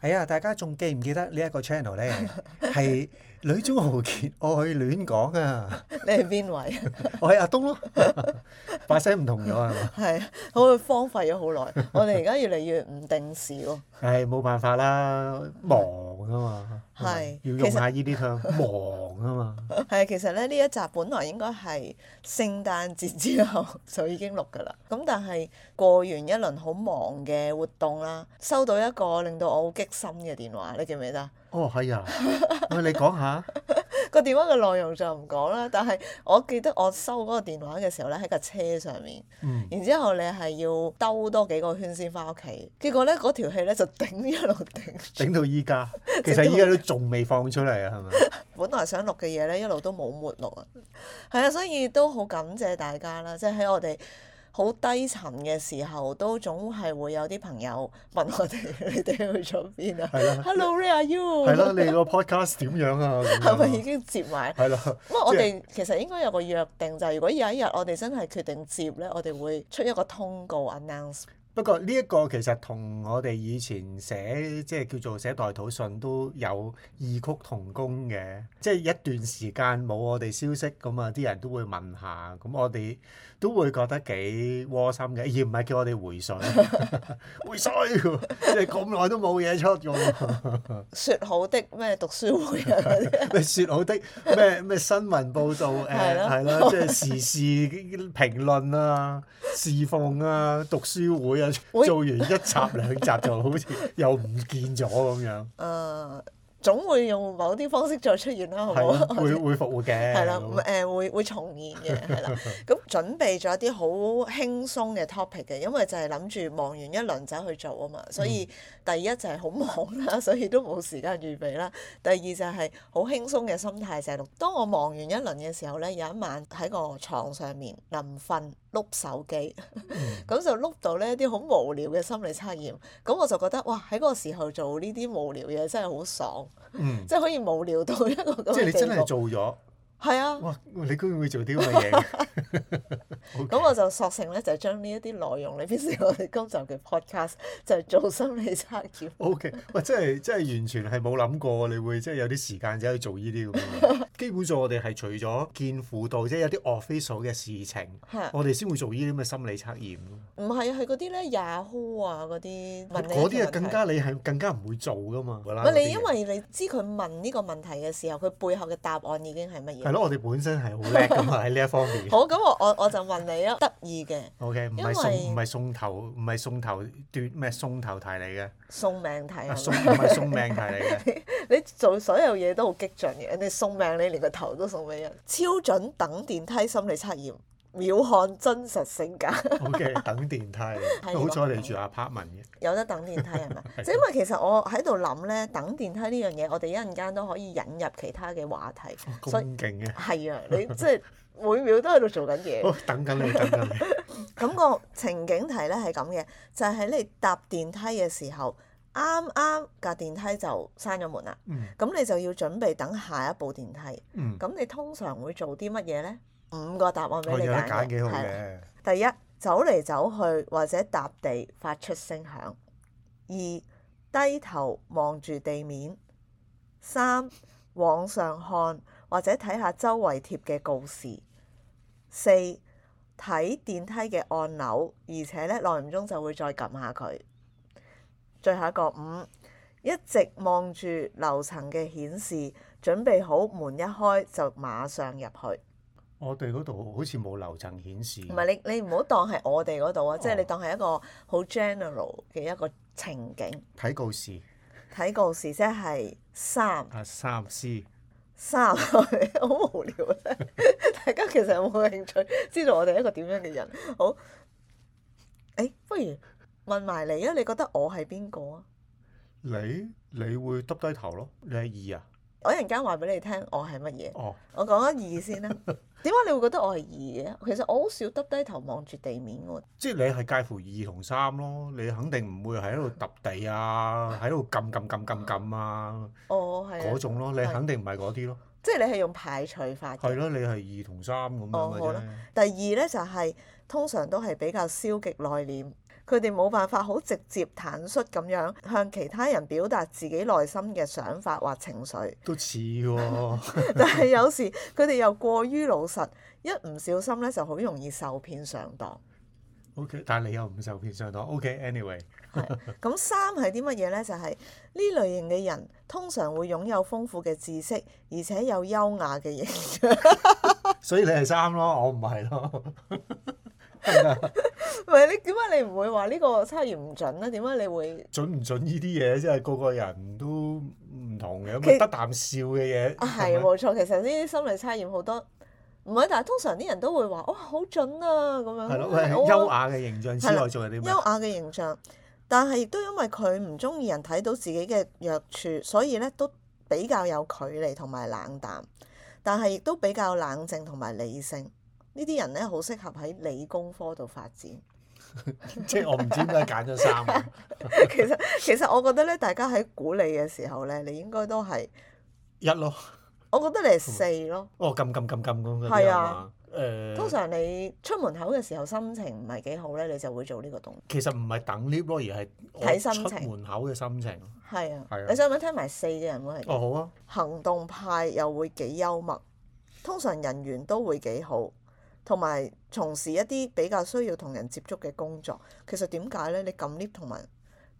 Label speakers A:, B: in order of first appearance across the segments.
A: 係啊，大家仲記唔記得呢一個 channel 咧？係女中豪傑愛戀講啊！
B: 你係邊位？
A: 我係阿東咯， 把聲唔同咗啊係嘛？
B: 係，啊好似荒廢咗好 耐。我哋而家越嚟越唔定時喎。
A: 係冇辦法啦，忙啊嘛，
B: 係
A: 要
B: 其
A: 用
B: 實
A: 下呢啲 term，忙啊嘛。
B: 係，其實咧呢一集本來應該係聖誕節之後 就已經錄㗎啦。咁但係過完一輪好忙嘅活動啦，收到一個令到我好激心嘅電話，你記唔記得？
A: 哦，係啊，喂你講下，
B: 個電話嘅內容就唔講啦，但係我記得我收嗰個電話嘅時候咧，喺架車上面，
A: 嗯，
B: 然之後你係要兜多幾個圈先翻屋企。結果咧嗰條氣咧就頂一路頂，
A: 頂到 依家，其實依家都仲未放出嚟啊，係咪？
B: 本來想錄嘅嘢咧一路都冇末錄啊。係啊，所以都好感謝大家啦，即係喺我哋。好低沉嘅時候，都總係會有啲朋友問我哋： 你哋去咗邊啊
A: 係啦
B: ？Hello，where are you？
A: 係咯，你個 podcast 點樣啊？咁樣
B: 係咪已經接埋？
A: 係咯，
B: 咁啊我
A: 即係
B: 哋其實應該有個約定，就係如果有一日我哋真係決定接咧，我哋會出一個通告 announce。
A: 不過呢一個其實同我哋以前寫即係叫做寫代禱信都有異曲同工嘅，即係一段時間冇我哋消息咁啊，啲人都會問下，咁我哋都會覺得幾窩心嘅，而唔係叫我哋回水，回水喎，即係咁耐都冇嘢出咁。
B: 説好的咩讀書會啊嗰 啲，
A: 你説好的咩咩新聞 報導誒
B: 係咯
A: 係啦，即係時事評論啊、侍奉啊、讀書會啊，
B: 會
A: 做完一集兩集就好似又唔見咗咁樣，
B: 誒、啊總會用某啲方式再出現啦，好
A: 係
B: 唔好
A: 咯，？會會復活 嘅，
B: 係啦，
A: 咁
B: 唔誒會會重現 嘅，係啦。咁準備咗啲好輕鬆嘅 topic 嘅，因為就係諗住忙完一輪走去做啊嘛，所以
A: 嗯
B: 第一就係好忙啦， 所以都冇時間預備啦。第二就係好輕鬆嘅心態，就係、錄當我忙完一輪嘅時候咧，有一晚喺個床上面臨瞓碌手機，
A: 嗯
B: 咁就碌到呢啲好無聊嘅心理測驗，咁我就覺得哇喺嗰個時候做呢啲無聊嘢真係好爽，
A: 嗯，
B: 即係可以無聊到一個咁
A: 即係你
B: 嘅
A: 真
B: 地
A: 係
B: 步。
A: 做咗，
B: 係啊。
A: 哇！你居然會做啲咁嘅 嘢，
B: 咁我就索性咧，就將呢一啲內容咧，變成我哋今集嘅 podcast，就係做心理測 驗。
A: O K，喂，真係真係完全係冇諗過，你會即係有啲時間走去做呢啲咁 嘅嘢。基本上我哋係除咗見輔導，即係有啲 official 嘅事情
B: 係，啊
A: 我哋先會做呢啲咁嘅心理測驗。
B: 唔係啊，係嗰啲咧 Yahoo 啊嗰啲問你
A: 嗰
B: 一
A: 啲啊
B: 問題
A: 更加你係更加唔會做噶嘛。
B: 唔
A: 唔
B: 係你，因為你知佢問呢個問題嘅時候，佢背後嘅答案已經係乜
A: 係
B: 嘢？
A: 咯，我哋本身係好叻 噶嘛喺呢一方面。
B: 好，咁我我我就問你啊，得意嘅
A: O K，唔
B: 因
A: 係送
B: 為
A: 唔係送頭唔係送頭斷咩送頭題嚟嘅，
B: 送命題
A: 啊
B: 係
A: 送
B: 咪？
A: 唔係送命題嚟嘅。
B: 你做所有嘢都好激進嘅，人哋送命你連個頭都送俾人。超準等電梯心理測驗，秒看真實性格。
A: O K，等電梯，
B: 係
A: 好彩你住 apartment 嘅。
B: 有得等電梯係 嘛？即係因為其實我喺度諗咧，等電梯呢樣嘢，我哋一陣間都可以引入其他嘅話題，
A: 哇
B: 所以
A: 哦咁勁嘅，
B: 係啊， 你即係每秒都喺度做緊嘢。
A: 哦等緊你，等緊 你。
B: 咁個情景題咧係咁嘅，就係、喺你搭電梯嘅時候，啱啱架電梯就閂咗門啦，
A: 嗯
B: 咁你就要準備等下一部電梯。
A: 嗯。
B: 咁你通常會做啲乜嘢咧？五個答案俾
A: 我
B: 你
A: 哦有得
B: 揀
A: 揀
B: 嘅，
A: 幾好
B: 係啦
A: 嘅，
B: 第一，走嚟走去或者踏地發出聲響；二，低頭望住地面；三，往上看或者睇下周圍貼嘅告示；四，睇電梯嘅按鈕，而且咧耐唔中就會再撳下佢。最後一個五，一直望住樓層嘅顯示，準備好門一開就馬上入去。
A: 我哋嗰度好似冇樓層顯示。
B: 唔係你你唔好當係我哋嗰度
A: 哦
B: 啊，即係你當係一個好 general 嘅一個情景。
A: 睇告示，
B: 睇告示即係三
A: 啊三 C，
B: 三， 好無聊啊！ 大家其實有冇興趣知道我哋係一個點樣嘅人？好，誒、不如問埋你啊！你覺得我係邊個啊？
A: 你你會耷低頭咯？你係二啊？
B: 我一陣間話俾你聽，我係乜嘢？
A: 哦，
B: 我講咗二 先啦。點解你會覺得我係二嘅？其實我好少耷低頭望住地面喎。
A: 即係你係介乎二同三咯，你肯定唔會喺度揼地啊，喺度撳撳撳撳撳啊
B: 哦，係
A: 嗰
B: 啊，
A: 種咯，你肯定唔係嗰啲咯，
B: 即係你係用排除法嘅
A: 係。咯，你係二同三咁樣
B: 哦
A: 嘅
B: 好
A: 啫
B: 啦。第二咧就係、通常都係比較消極內斂，佢佢哋冇辦法好直接坦率咁樣向其他人表達自己內心嘅想法或情緒，
A: 都 似喎，
B: 但係有時佢哋又過於老實，一唔小心咧就好容易受騙上當。
A: OK，但係你又唔受騙上當。OK，anyway，、
B: 係咁三係啲乜嘢呢？就係、呢類型嘅人通常會擁有豐富嘅知識，而且有優雅嘅形 象。
A: 所以你係三咯，我唔係咯， 得唔得
B: 唔係你點解你唔會話呢個測驗唔準呢？點解你會
A: 準唔準呢啲嘢，即係個個人都唔同嘅，咁
B: 其
A: 咪得啖笑嘅嘢。
B: 啊係冇錯？其實呢啲心理測驗好多唔係，但係通常啲人都會話哇好準啊咁樣。
A: 係咯，
B: 哇
A: 喂，
B: 我
A: 優雅嘅形象之
B: 係啦
A: 外，仲有啲咩？
B: 優雅嘅形象，但係亦都因為佢唔中意人睇到自己嘅弱處，所以咧都比較有距離同埋冷淡，但係亦都比較冷靜同埋理性。呢啲人咧好適合喺理工科度發展。
A: 即係我唔知點解揀咗三啊。
B: 其實其實我覺得咧，大家喺估你嘅時候咧，你應該都係，
A: 一咯，
B: 我覺得你係四咯。
A: 哦，撳撳撳撳咁嗰啲
B: 係
A: 啊
B: 啊
A: 嘛。誒，
B: 通常你出門口嘅時候心情唔係幾好咧，你就會做呢個動作。
A: 其實唔係等 lift 咯，而係
B: 睇
A: 我
B: 心
A: 出
B: 情
A: 門口嘅心情。
B: 係啊
A: 係啊，
B: 你想唔想聽埋四嘅人會係點
A: 哦，好啊，
B: 行動派又會幾幽默，通常人緣都會幾好，同埋從事一啲比較需要同人接觸嘅工作。其實點解呢？你撳 lift 同埋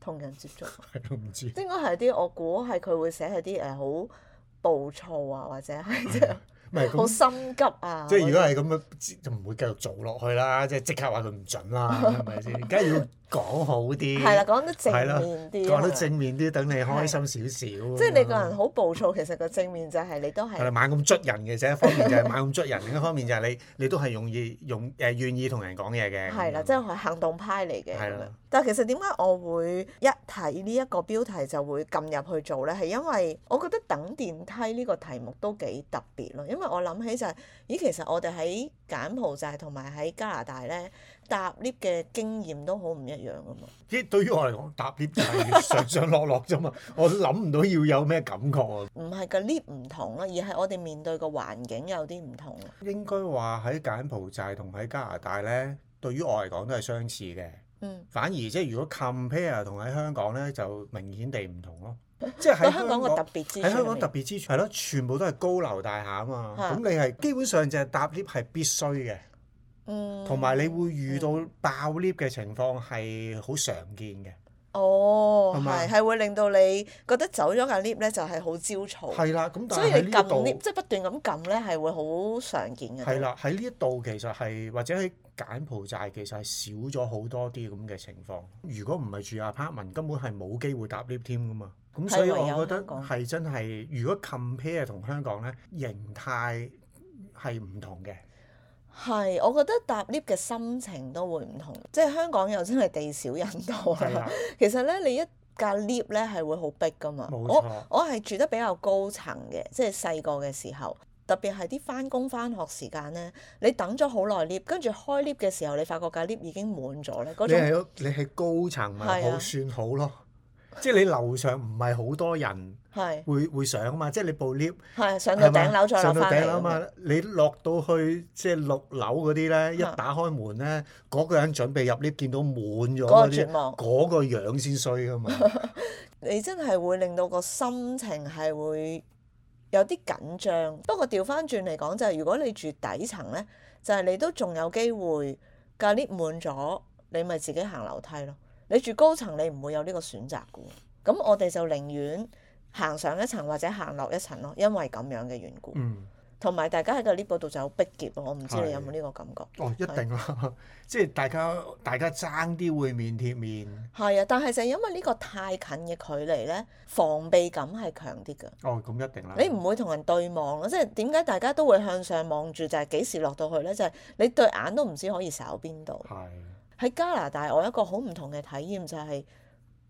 B: 同人接觸，啊
A: 係都 唔知。
B: 應該係啲我估係佢會寫係啲誒好暴躁啊，或者係即係
A: 唔係
B: 好
A: 咁，
B: 心急啊。
A: 即係如
B: 嗰
A: 果係咁樣，就唔會繼續做落去啦。即係即刻話佢唔準 啦，係咪先？梗係要講好
B: 啲
A: 啲，
B: 係啦，講得正
A: 係啦
B: 面啲，
A: 講得
B: 係
A: 正啊
B: 咪，
A: 面啲，等你開心少少。
B: 即
A: 即
B: 係你個人好暴躁，其實個正面就係你都
A: 係
B: 係
A: 啦，猛咁捽人嘅啫。一方面就係猛咁捽人，另一方面就係你你都係容易用誒願意同人講嘢嘅。嗯
B: 係啦，即係行動派嚟嘅
A: 係
B: 咁
A: 啦
B: 樣。但係其實點解我會一睇呢一個標題就會撳入去做呢？係因為我覺得等電梯呢個題目都幾特別咯，因為我諗起就係、咦，其實我哋喺柬埔寨同埋喺加拿大呢，搭 lift 嘅經驗都好唔一樣噶嘛。
A: 即對於我嚟講，搭 lift 就係 上上落落啫嘛。我諗唔到要有咩感覺啊！
B: 唔係個 lift 唔同咯，而係我哋面對個環境有啲唔同咯。啊
A: 應該話喺柬埔寨同喺加拿大咧，對於我嚟講都係相似嘅。
B: 嗯，
A: 反而即係如果 compare 同喺香港咧，就明顯地唔 同咯。即係
B: 個
A: 喺
B: 香港個特別之處
A: 喺香港
B: 係
A: 特別之處係咯，全部都係高樓大廈啊嘛。
B: 嚇
A: 咁你係基本上就係搭 lift 係必須嘅，
B: 嗯，
A: 同埋你會遇到爆 lift 嘅情況係好常見嘅。
B: 哦，
A: 係咪
B: 係係會令到你覺得走咗架 lift 呢，就係好焦躁。
A: 係啦，咁但
B: 哦所以
A: 係
B: 你撳
A: 喺呢
B: lift
A: 一度
B: 即係不斷咁撳咧，係會好常見嘅。
A: 係，啦，喺呢一度其實係或者喺柬埔寨其實係少咗好多啲咁嘅情況。如果唔係住 apartment，根本係冇機會搭 lift 添噶嘛。咁所以
B: 係唯有
A: 我覺得
B: 香港
A: 係真係，如果 compare 同香港咧，形態係唔 同嘅。
B: 係我覺得搭 lift 嘅心情都會唔同，即係香港又真係地少人多
A: 係
B: 啦
A: 啦。
B: 其實咧，你一架 lift 咧係會好逼噶嘛。
A: 冇
B: 我
A: 錯
B: 我係住得比較高層嘅，即係細個嘅時候。特別係啲翻工翻學時間咧，你等咗好耐 lift，跟住開 lift 嘅時候，你發覺架 lift 已經滿咗咧，嗰
A: 你
B: 種
A: 係你係高層咪
B: 係啊
A: 好算好咯，即係你樓上唔係好多人
B: 係
A: 會會上啊嘛，即係你部 lift
B: 係上到
A: 係
B: 頂樓
A: 嘛，
B: 再
A: 上
B: 落
A: 到
B: 翻
A: 頂
B: 嚟咁
A: 樓啊
B: 樣。嗯
A: 嘛，你落到去即係六樓嗰啲咧，
B: 嚇
A: 一打開門咧，嗰個人準備入 lift 見到滿咗
B: 嗰個
A: 嗰啲
B: 絕，望
A: 嗰個樣先 衰噶嘛，
B: 你真係會令到個心情係會有啲緊張。不過調翻轉嚟講，就係、如果你住底層呢，就係、你都仲有機會架 lift 滿咗，你咪自己行樓梯咯。你住高層，你唔會有呢個選擇嘅喎。咁我哋就寧願行上一層或者行落一層咯，因為咁樣嘅緣故。
A: 嗯，
B: 同埋大家喺個 lift 嗰度就有逼夾咯，我唔知
A: 係
B: 你有冇呢個感覺。
A: 哦一定啦， 即係大家大家爭啲會面貼面，
B: 係啊，但係就係因為呢個太近嘅距離呢，防備感係強啲㗎。
A: 哦咁一定啦，
B: 你唔會同人對望咯，即係點解大家都會向上望住？就係幾時落到去呢？就係、你對眼都唔知可以睄邊度。
A: 係
B: 喺加拿大，我有一個好唔同嘅體驗就係、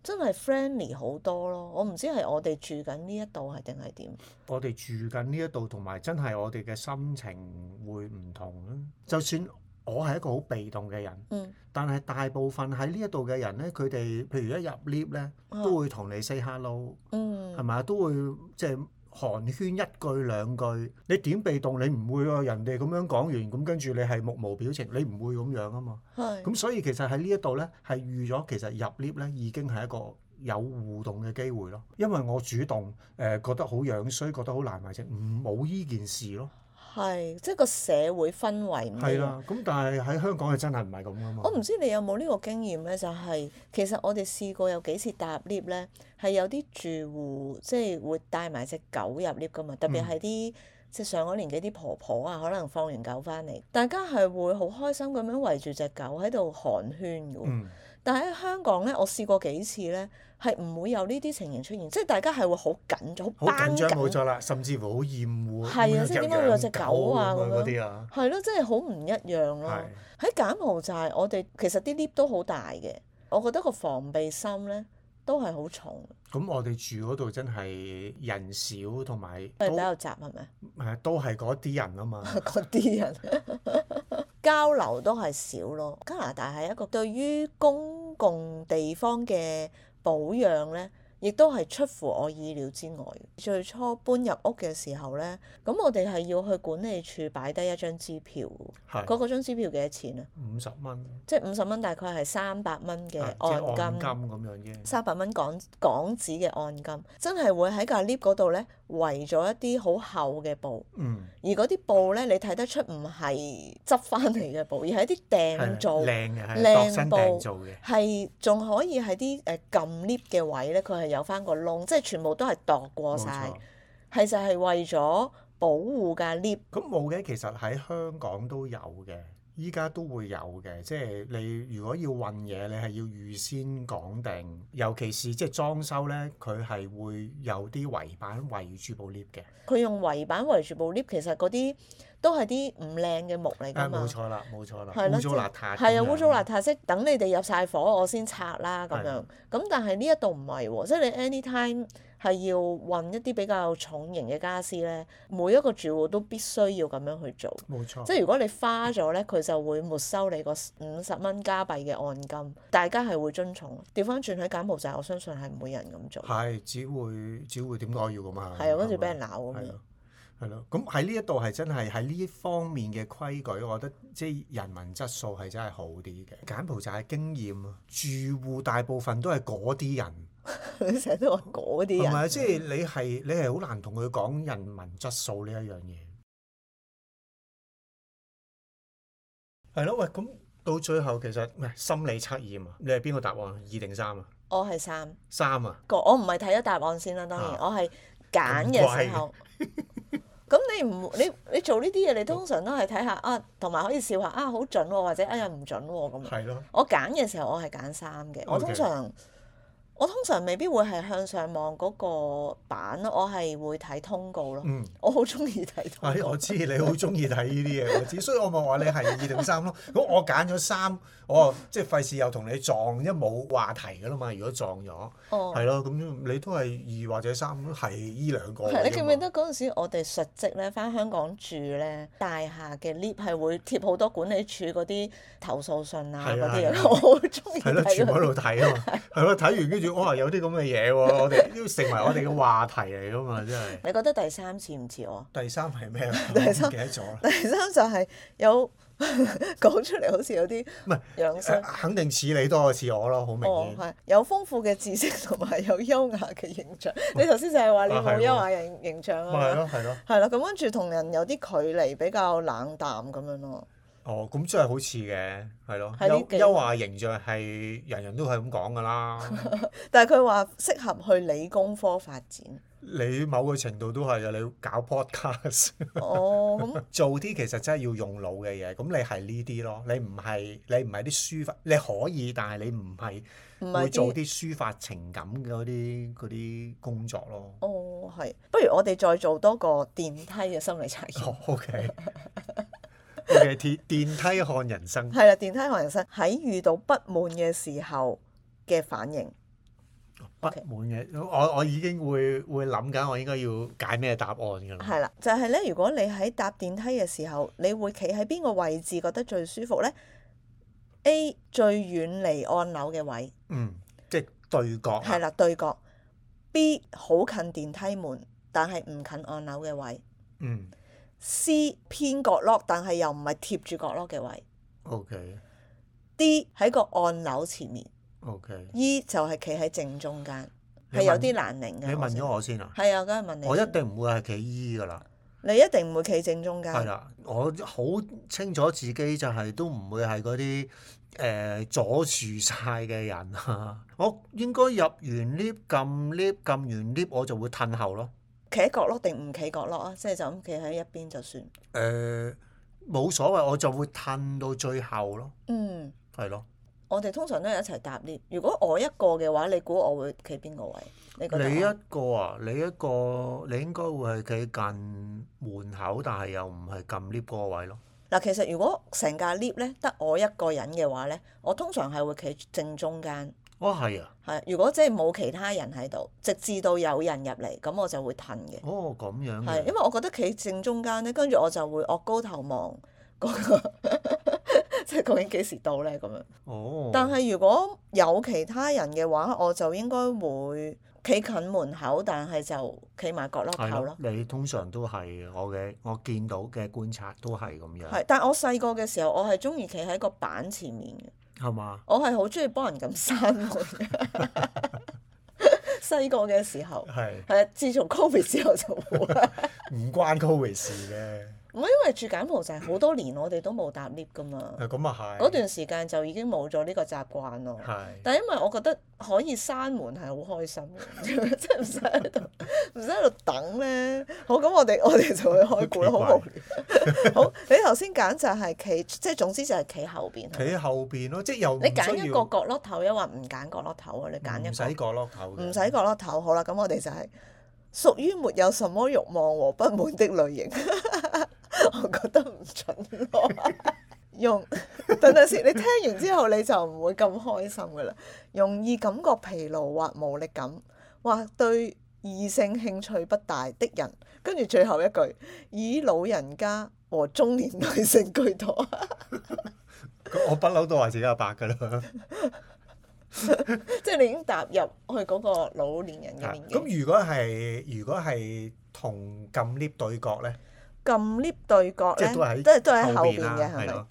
B: 真係 friendly 好多咯。我唔知係我哋住緊呢一度係定係點。
A: 我哋住緊呢一度，同埋真係我哋嘅心情會唔同啦。就算我係一個好被動嘅人。
B: 嗯，
A: 但係大部分喺呢一度嘅人咧，佢哋譬如一入 lift 咧，
B: 啊
A: 都會同你 say hello，
B: 嗯
A: 係咪啊？都會即係寒暄一句兩句，你點被動？你唔會啊！人哋咁樣講完，咁跟住你係目無表情，你唔會咁樣啊嘛。
B: 係
A: 咁所以其實喺呢一度咧，係預咗其實入 lift 咧已經係一個有互動嘅機會咯。因為我主動誒、呃、覺得好樣衰，覺得好難為情，唔冇依件事咯。
B: 係，即係個社會氛圍唔一
A: 係
B: 樣。
A: 啦，咁但係喺香港係真係唔係咁噶嘛
B: 我。唔知你有冇呢個經驗咧，就係、其實我哋試過有幾次搭 lift 咧，係有啲住戶即係會帶埋只狗入 lift 噶嘛，特
A: 嗯
B: 別係啲即係上咗年紀啲婆婆啊，可能放完狗翻嚟，大家係會好開心咁樣圍住只狗喺度寒暄嘅喎。
A: 嗯，
B: 但係喺香港咧，我試過幾次咧，係唔會有呢啲情形出現，即係大家係會好緊張、好
A: 好緊
B: 繃
A: 張
B: 緊。
A: 冇錯啦，甚至乎好厭惡。
B: 係啊即係點解會有隻狗啊
A: 咁樣
B: 咁樣
A: 嗰啲啊？
B: 係咯，真係好啊唔一樣咯。
A: 係
B: 喺柬埔寨，我哋其實啲 lift 都好大嘅，我覺得個防備心咧都係好重，
A: 咁我哋住嗰度真係人少，同埋
B: 因為
A: 都
B: 比較雜係咪？
A: 誒都係嗰啲人啊嘛。
B: 嗰啲人 交流都係少咯。加拿大係一個對於公共地方嘅保養咧，亦都係出乎我意料之外。最初搬入屋嘅時候咧，咁我哋係要去管理處擺低一張支票喎，
A: 係
B: 嗰嗰張支票幾多錢啊？
A: 五十蚊，
B: 即係五十蚊，大概係三百蚊嘅
A: 啊即係
B: 按
A: 按
B: 金
A: 金。咁樣啫。
B: 三百蚊港港紙嘅按金，真係會喺架 lift 嗰度咧圍咗一啲好厚嘅布，
A: 嗯，
B: 而嗰啲布咧你睇得出唔係執翻嚟嘅布，而係啲訂
A: 係啊
B: 做，
A: 靚嘅，係
B: 靚
A: 度身
B: 布
A: 訂做嘅。
B: 係仲可以喺啲誒撳 lift 嘅位咧，佢係有翻個窿，即係全部都係度過
A: 冇
B: 晒
A: 錯。，
B: 係就係為咗保護架 lift。
A: 咁冇嘅，其實喺香港都有嘅，依家都會有嘅。即係你如果要運嘢，你係要預先講定，尤其是即係裝修咧，佢係會有啲圍板圍住部 lift 嘅。
B: 佢用圍板圍住部 lift，其實嗰啲都係啲唔靚嘅木嚟㗎
A: 啊，冇
B: 嘛。
A: 錯啦，冇錯啦，
B: 係
A: 污
B: 啦
A: 糟
B: 即
A: 邋遢咁樣。
B: 係啊，污糟邋遢，即係等你哋入晒火，我先拆啦咁
A: 係
B: 樣。咁但係呢一度唔係喎，即係你 anytime 係要運一啲比較重型嘅家私咧，每一個住戶都必須要咁樣去做。
A: 冇錯，
B: 即係如果你花咗咧，佢就會沒收你個五十蚊加幣嘅按金，大家係會遵從。調翻轉喺柬埔寨，我相信係唔會有人咁做，係啊，
A: 係只會只會點解我要咁啊？
B: 跟住
A: 係
B: 俾
A: 咪
B: 人鬧咁
A: 係啊
B: 樣。
A: 咯，係咯。咁喺呢一度係真係喺呢一方面嘅規矩，我覺得即係人民質素係真係好啲嘅。柬埔寨嘅經驗啊，住戶大部分都係嗰啲人，
B: 佢 成日都話嗰啲
A: 係咪啊？
B: 人，
A: 即係你係你係好難同佢講人民質素呢一樣嘢。係咯，喂，咁到最後其實喂心理測驗啊，你係邊個答案？二定三啊？
B: 我係三
A: 三啊？
B: 個，我唔係睇咗答案先啦，當然
A: 啊
B: 我係揀嘅時候。 咁你唔你你做呢啲嘢，你通常都係睇下啊，同埋可以笑下啊，好準喎、或者哎呀唔準喎、咁樣。
A: 係咯，
B: 我揀嘅時候，我係揀三嘅。我
A: OK
B: 通常我通常未必會係向上望嗰個版咯，我係會睇通告咯。
A: 嗯。
B: 我好中意睇通
A: 係，
B: 告。
A: 哎我知你 好中意睇呢啲嘢，我知，所以我咪話你係二定三咯。咁我揀咗三，我即係費事又同你撞，一冇話題噶啦嘛。如果撞咗，
B: 哦，
A: 係咯，咁你都係二或者三，都係呢兩個
B: 係
A: 嘅
B: 你記唔記
A: 啫
B: 得
A: 嘛。
B: 嗰陣時我哋述職咧，翻香港住咧，大廈嘅 lift 係會貼好多管理處嗰啲投訴信啊
A: 係
B: 嗰
A: 啊
B: 啲嘢，
A: 係啊
B: 我好中意
A: 係咯，
B: 睇
A: 全部
B: 嗰
A: 喺
B: 啲。
A: 度睇啊嘛，係咯，睇完跟住哇有啲咁嘅嘢喎，我哋呢成為我哋嘅話題嚟噶嘛，真係。
B: 你覺得第三似唔似我？
A: 第三係咩啊？
B: 第
A: 我唔
B: 三
A: 記得咗啦。
B: 第三就係有 講出嚟好似有啲
A: 唔係
B: 養
A: 誒
B: 生。
A: 肯定似你多過似我咯，好明
B: 哦，
A: 顯。
B: 係有豐富嘅知識同埋有優雅嘅形 象。你頭先就係話你
A: 啊係
B: 冇
A: 喎
B: 優雅嘅形象
A: 咪係
B: 啊嘛，
A: 咯，係咯。
B: 係啦，咁跟住同人有啲距離，比較冷淡咁樣咯。
A: 哦，咁真係好似嘅，係咯。
B: 係呢
A: 優
B: 幾
A: 優雅形象係人人都係咁講 噶啦，
B: 但係佢話適合去理工科發展。
A: 你某個程度都係嘅。你搞 podcast
B: 哦，咁
A: 做啲其實真係要用腦嘅嘢，咁你係呢啲咯，你唔係你唔係啲抒發，你可以，但係你唔係
B: 唔
A: 會
B: 係
A: 做
B: 啲。
A: 啲抒發情感嘅嗰啲嗰啲工作咯。
B: 哦，係，不如我哋再做多個電梯嘅心理測驗。
A: 哦，OK。O.K. 鐵電梯看 人生，
B: 係啦，電梯學人生喺遇到不滿嘅時候嘅反應。
A: 不
B: OK
A: 滿嘅，我我已經會會諗緊，我應該要解咩答案㗎啦。
B: 係啦，就係咧。如果你喺搭電梯嘅時候，你會企喺邊個位置覺得最舒服咧？A 最遠離按鈕嘅位，
A: 嗯，即係對角啊。
B: 係啦，對角。B 好近電梯門但係唔近按鈕嘅位
A: 嗯
B: ；C 偏角落，但係又唔係貼住角落嘅位
A: ，OK
B: ；D 喺個按鈕前面
A: OK，
B: ；E 就係企喺正中間，
A: 你
B: 係有
A: 問
B: 啲難明
A: 你
B: 嘅。
A: 問咗
B: 我
A: 我先啊，
B: 先，係啊，梗係問你。
A: 我一定唔會係企醫噶啦，
B: 你一定唔會企正中間。
A: 係啦，我好清楚自己就係都唔會係嗰啲誒阻住晒嘅人啊， 我應該入完 lift 撳 lift 撳完 lift 我就會褪後咯，
B: 企喺角落定唔企角落啊？即係就咁企喺一邊就算。
A: 誒、冇所謂，我就會褪到最後咯，
B: 嗯，
A: 係咯。
B: 我哋通常都係一齊搭 lift。如果我一個嘅話，你估我會企邊個位？你覺得
A: 你
B: 我？
A: 一個啊，你一個，你應該會係企近門口，但係又唔係撳 lift 嗰個位咯。
B: 嗱，其實如果成架 lift 咧得我一個人嘅話咧，我通常係會企正中間。
A: 哦，係啊，
B: 係，如果即係冇其他人喺度，直至到有人入嚟，咁我就會褪嘅。
A: 哦咁樣
B: 係，因為
A: 嘅，
B: 我覺得企正中間咧，跟住我就會昂高頭望嗰個， 即係究竟幾時到咧咁樣。
A: 哦，
B: 但係如果有其他人嘅話，我就應該會企近門口，但係就企埋角落
A: 係
B: 頭咯。
A: 你通常都係我嘅，我見到嘅觀察都係咁樣，
B: 係，但係我細個嘅時候，我係中意企喺個板前面嘅，
A: 係嘛？
B: 我係好中意幫人咁閂門嘅。 細個嘅時候，
A: 係
B: 係啊，自從 Covid 之後就冇啦。
A: 唔關 Covid 事
B: 唔係因為住柬埔寨好多年，我哋都冇搭 lift 噶嘛。
A: 嘅，咁啊
B: 嗰段時間就已經冇咗呢個習慣咯。
A: 係，
B: 但因為我覺得可以閂門係好開心嘅， 即係唔使喺度，唔使喺度等咧。好，咁我哋 我哋就會開估啦， 好無聊。 好，你頭先揀就係企，即係總之就係企後邊。
A: 係企後邊咯，即係又唔
B: 你揀一
A: 需
B: 個
A: 要
B: 角落頭，抑或唔揀角落頭啊？你揀
A: 唔
B: 一
A: 使角落頭
B: 個
A: 嘅，
B: 唔使角落頭。好啦，咁我哋就係屬於沒有什麼慾望和不滿的類型。 我覺得唔準 咯。用等陣先，你聽完之後你就唔會咁開心噶啦。容易感覺疲勞或無力感，或對異性興趣不大的人，跟住最後一句，以老人家和中年女性居多。
A: 我不嬲都話自己阿伯㗎啦。
B: 即係你已經踏入去嗰個老年人嘅
A: 啊
B: 年紀。
A: 咁如果係如果係同撳 lift 對角咧？
B: 撳 lift 對角
A: 即
B: 咧，
A: 係都喺
B: 都係都喺後邊
A: 邊啦，
B: 嘅，係
A: 係
B: 咪
A: 咯？，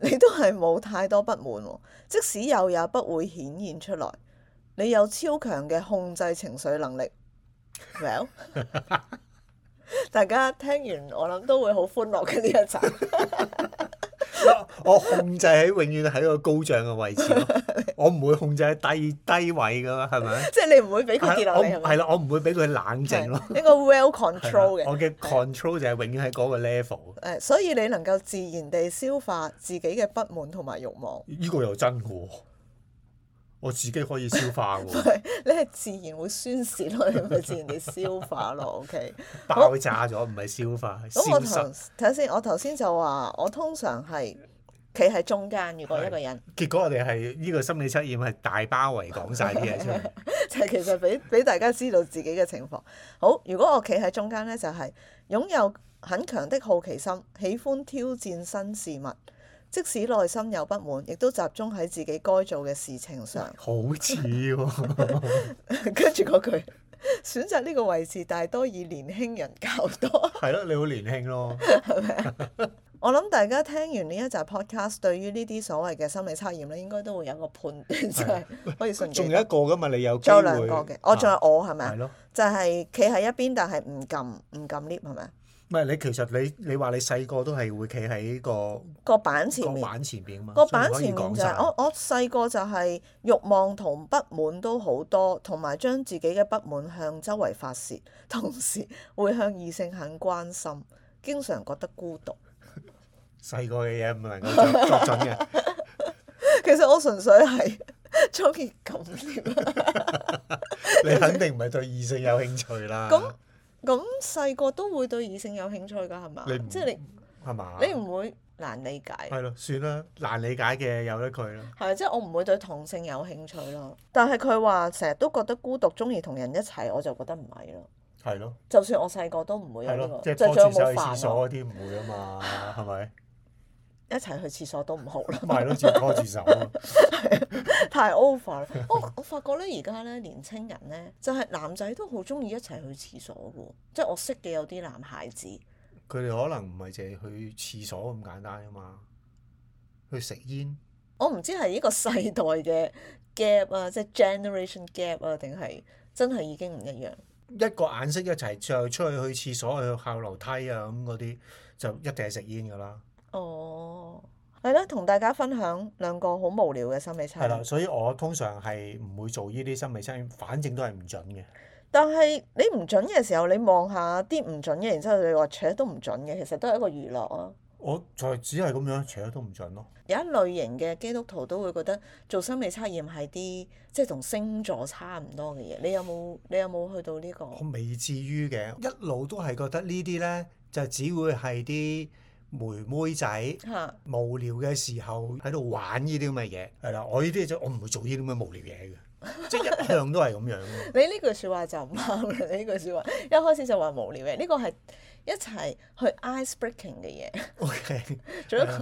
B: 你都係冇太多不滿喎，即使有也不會顯現出來。你有超強嘅控制情緒能力。Well，大家聽完我諗都會好歡樂嘅呢一集。
A: 我控制喺永遠喺個高漲嘅位置 咯，我唔會控制喺低低位噶嘛，係咪？
B: 即係你唔會俾佢跌
A: 係
B: 落
A: 我
B: 嚟係
A: 唔
B: 咪
A: 係？啦，我唔會俾佢冷靜咯。
B: 呢個 well
A: 係
B: control
A: 啦
B: 嘅。
A: 我嘅 control 就係永遠喺嗰個 level。
B: 誒，所以你能夠自然地消化自己嘅不滿同埋慾望，
A: 呢個又真嘅喎，我自己可以消 化喎，
B: 你係自然會宣泄落去，咪自然地消化咯。OK。
A: 爆炸咗唔係消化，係
B: 咁我
A: 消
B: 頭
A: 失。
B: 睇下先，我頭先就話我通常係企喺中間，如果一個人，
A: 結果我哋係呢個心理測驗係大包圍講晒啲嘢 出嚟，
B: 就係其實俾俾大家知道自己嘅情況。好，如果我企喺中間呢，就係、擁有很強的好奇心，喜歡挑戰新事物，即使內心有不滿，亦都集中喺自己該做嘅事情 上。
A: 好似 喎。
B: 跟住嗰句。選擇呢個位置大多以年輕人較多，
A: 係咯，你好年輕咯。
B: 我諗大家聽完呢一集 podcast，對於呢啲所謂嘅心理測驗呢，應該都會有個判斷，就係可以順其
A: 仲有一個噶嘛，你有機
B: 仲有
A: 會
B: 兩個嘅，我仲有我係咪
A: 係
B: 啊？
A: 咯。
B: 就係企喺一邊，但係唔撳唔撳 lift 係咪啊？
A: 唔係你其實你你話你細個都係會企喺個
B: 個板前
A: 個
B: 面，
A: 板前邊嘛，
B: 個
A: 所以
B: 板
A: 可以
B: 前面
A: 講
B: 就係、哦
A: 晒
B: 我我細個就係慾望同不滿都好多，同埋將自己嘅不滿向周圍發泄，同時會向異性很關心，經常覺得孤獨。
A: 細個嘅嘢唔能夠作作準 嘅，
B: 其實我純粹係 中意撳 lift 啊。
A: 你肯定唔係對異性有興趣啦。
B: 咁咁細個都會對異性有興趣㗎係嘛
A: 你唔？啊
B: 即係你
A: 係嘛？
B: 你唔會難理解。
A: 係咯，算啦，難理解嘅由得佢啦。
B: 係，即係我唔會對同性有興趣咯。但係佢話成日都覺得孤獨，中意同人一齊，我就覺得唔係咯。
A: 係咯，
B: 就算我細個都唔會有
A: 係
B: 呢
A: 咯，
B: 個，
A: 即係
B: 就係
A: 拖
B: 仲有
A: 住
B: 冇
A: 手去廁
B: 煩啊？
A: 所嗰啲唔會啊嘛，係咪？
B: 一齊去廁所都唔好啦，
A: 咪係咯，仲拖住手啊，
B: 太 over 啦。我我發覺咧，而家咧年青人咧，就係、男仔都好中意一齊去廁所嘅，即係我識嘅有啲男孩子，
A: 佢哋可能唔係淨係去廁所咁簡單啊嘛，去食煙。
B: 我唔知係呢個世代嘅 gap 啊，即係 generation gap 啊，定係真係已經唔一樣。
A: 一個眼色一齊就出去去廁所、去校樓梯啊咁嗰啲，就一定係食煙㗎啦。
B: 哦，係啦，同大家分享兩個好無聊嘅心理測
A: 係啦，
B: 驗。
A: 所以我通常係唔會做呢啲心理測驗，反正都係唔準嘅。
B: 但係你唔準嘅時候，你望下啲唔準嘅，然之後你話扯都唔準嘅，其實都係一個娛樂啊。
A: 我就係只係咁樣，扯都唔準咯。
B: 有一類型嘅基督徒都會覺得做心理測驗係啲即係同星座差唔多嘅嘢。你有冇你有冇去到呢、個？
A: 我未至於嘅，一路都係覺得呢啲呢，就只會係啲妹妹仔
B: 嚇？
A: 無聊嘅時候喺度玩呢啲咁嘅嘢。係啦，我呢啲就我唔會做呢啲咁嘅無聊嘢嘅，即係一向都係咁樣
B: 你
A: 嘅。
B: 呢句説話就唔啱啦！你呢句説話一開始就話無聊嘅，呢個係一齊去 ice breaking 嘅嘢，
A: OK。
B: 做一個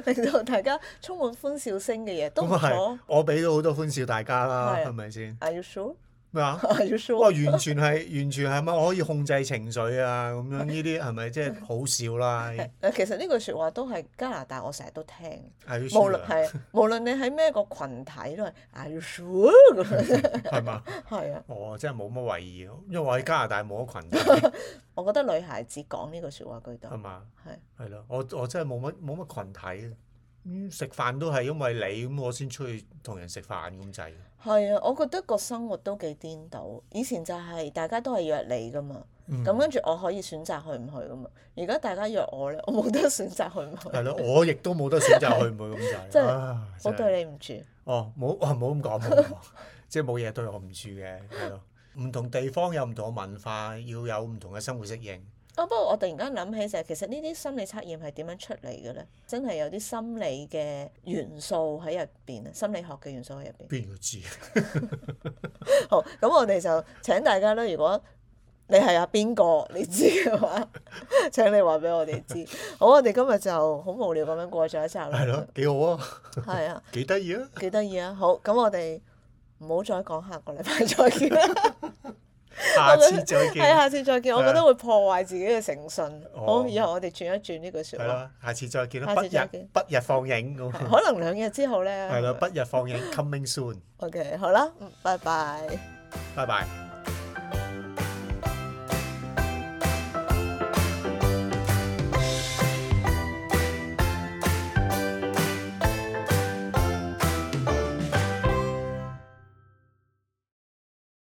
B: 令到大家充滿歡笑聲嘅嘢，都唔
A: 啊咁啊
B: 錯
A: 係。，我俾咗好多歡笑大家啦，
B: 係啊
A: 係咪先？
B: Are you sure?
A: 咩啊？
B: Are you
A: 哇！
B: sure?
A: 完全係， 完全係咪我可以控制情緒啊？咁樣呢啲係咪即
B: 嗯
A: 係好笑啦？
B: 誒，其實呢句説話都係加拿大，我成日都聽。
A: 係
B: 無論係啊 無論你喺咩個群體都係 Are you sure 咁 樣，
A: 係嘛？
B: 係啊。
A: 我真係冇乜為意，因為我喺加拿大冇乜群體
B: 我覺得女孩子講呢句説話居多
A: 係，嘛？
B: 係
A: 係咯，我我真係冇乜冇乜群體嘅。嗯食飯都係因為你咁，我先出去同人食飯咁滯。
B: 係啊。我覺得個生活都幾顛倒。以前就係大家都係約你㗎嘛。
A: 嗯
B: 咁跟住我可以選擇去唔去噶嘛。而家大家約我咧，我冇得 選擇去唔
A: 係
B: 去。
A: 咯，我亦都冇得選擇去唔去咁滯。
B: 真係
A: 啊
B: 我
A: 真係
B: 對你唔住，
A: 哦，冇 哦，冇咁講，冇咁講即係冇嘢對我唔住嘅，係咯。唔同地方有唔同嘅文化，要有唔同嘅生活適應。
B: 啊不過我突然間諗起就係、其實呢啲心理測驗係點樣出嚟嘅咧？真係有啲心理嘅元素喺入邊啊，心理學嘅元素喺入邊。
A: 邊個知？
B: 好，咁我哋就請大家咧，如果你係阿邊個你知嘅話， 請你話俾我哋知。 好，我哋今日就好無聊咁樣過咗一集
A: 係
B: 啦
A: 咯。，幾好啊，
B: 係啊，
A: 幾得意啊！
B: 幾得意啊！好，咁我哋唔好再講下個禮拜再見 啦。
A: 下次再
B: 係
A: 見，
B: 下次再見，我
A: 係啊
B: 覺得會破壞自己嘅誠信。
A: 哦
B: 好，以後我哋轉一轉呢句説
A: 係
B: 話，
A: 啦，下次再見啦，
B: 下
A: 不
B: 次再見
A: 日不日放映咁。
B: 可能兩日之後咧。
A: 係啦，不日放映，coming soon，
B: OK，好啦，嗯拜拜。
A: 拜拜。